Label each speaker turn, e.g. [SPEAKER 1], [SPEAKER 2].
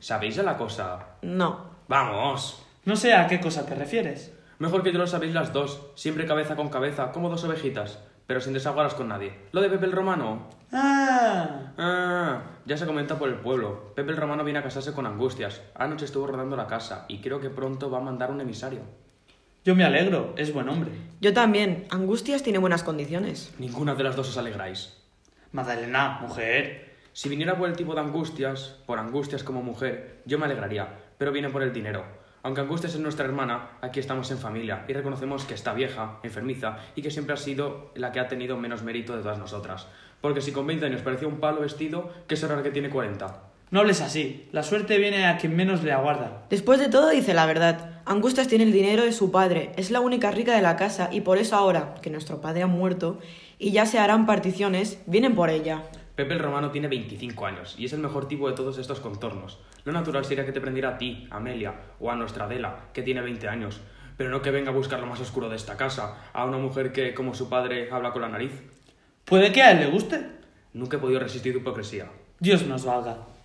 [SPEAKER 1] ¿Sabéis de la cosa?
[SPEAKER 2] No.
[SPEAKER 1] ¡Vamos!
[SPEAKER 3] No sé a qué cosa te refieres.
[SPEAKER 1] Mejor que yo lo sabéis las dos, siempre cabeza con cabeza, como dos ovejitas, pero sin desaguaras con nadie. Lo de Pepe el Romano.
[SPEAKER 3] Ah,
[SPEAKER 1] Ah, ya se comenta por el pueblo. Pepe el Romano viene a casarse con angustias. Anoche estuvo rodando la casa y creo que pronto va a mandar un emisario.
[SPEAKER 3] yo me alegro, es buen hombre.
[SPEAKER 2] Yo también. Angustias tiene buenas condiciones.
[SPEAKER 1] Ninguna de las dos os alegráis.
[SPEAKER 3] Magdalena, mujer.
[SPEAKER 1] Si viniera por el tipo de angustias, por angustias como mujer, yo me alegraría, pero viene por el dinero. Aunque Angustias es nuestra hermana, aquí estamos en familia y reconocemos que está vieja, enfermiza y que siempre ha sido la que ha tenido menos mérito de todas nosotras. Porque si con 20 años parecía un palo vestido, ¿qué será ahora que tiene 40?
[SPEAKER 3] No hables así. La suerte viene a quien menos le aguarda.
[SPEAKER 2] Después de todo, dice la verdad. Angustias tiene el dinero de su padre, es la única rica de la casa y por eso ahora, que nuestro padre ha muerto y ya se harán particiones, vienen por ella.
[SPEAKER 1] Pepe el Romano tiene 25 años y es el mejor tipo de todos estos contornos. Lo natural sería que te prendiera a ti, a Amelia o a nuestra Adela, que tiene 20 años, pero no que venga a buscar lo más oscuro de esta casa, a una mujer que, como su padre, habla con la nariz.
[SPEAKER 3] Puede que a él le guste.
[SPEAKER 1] Nunca he podido resistir tu hipocresía.
[SPEAKER 3] Dios nos valga.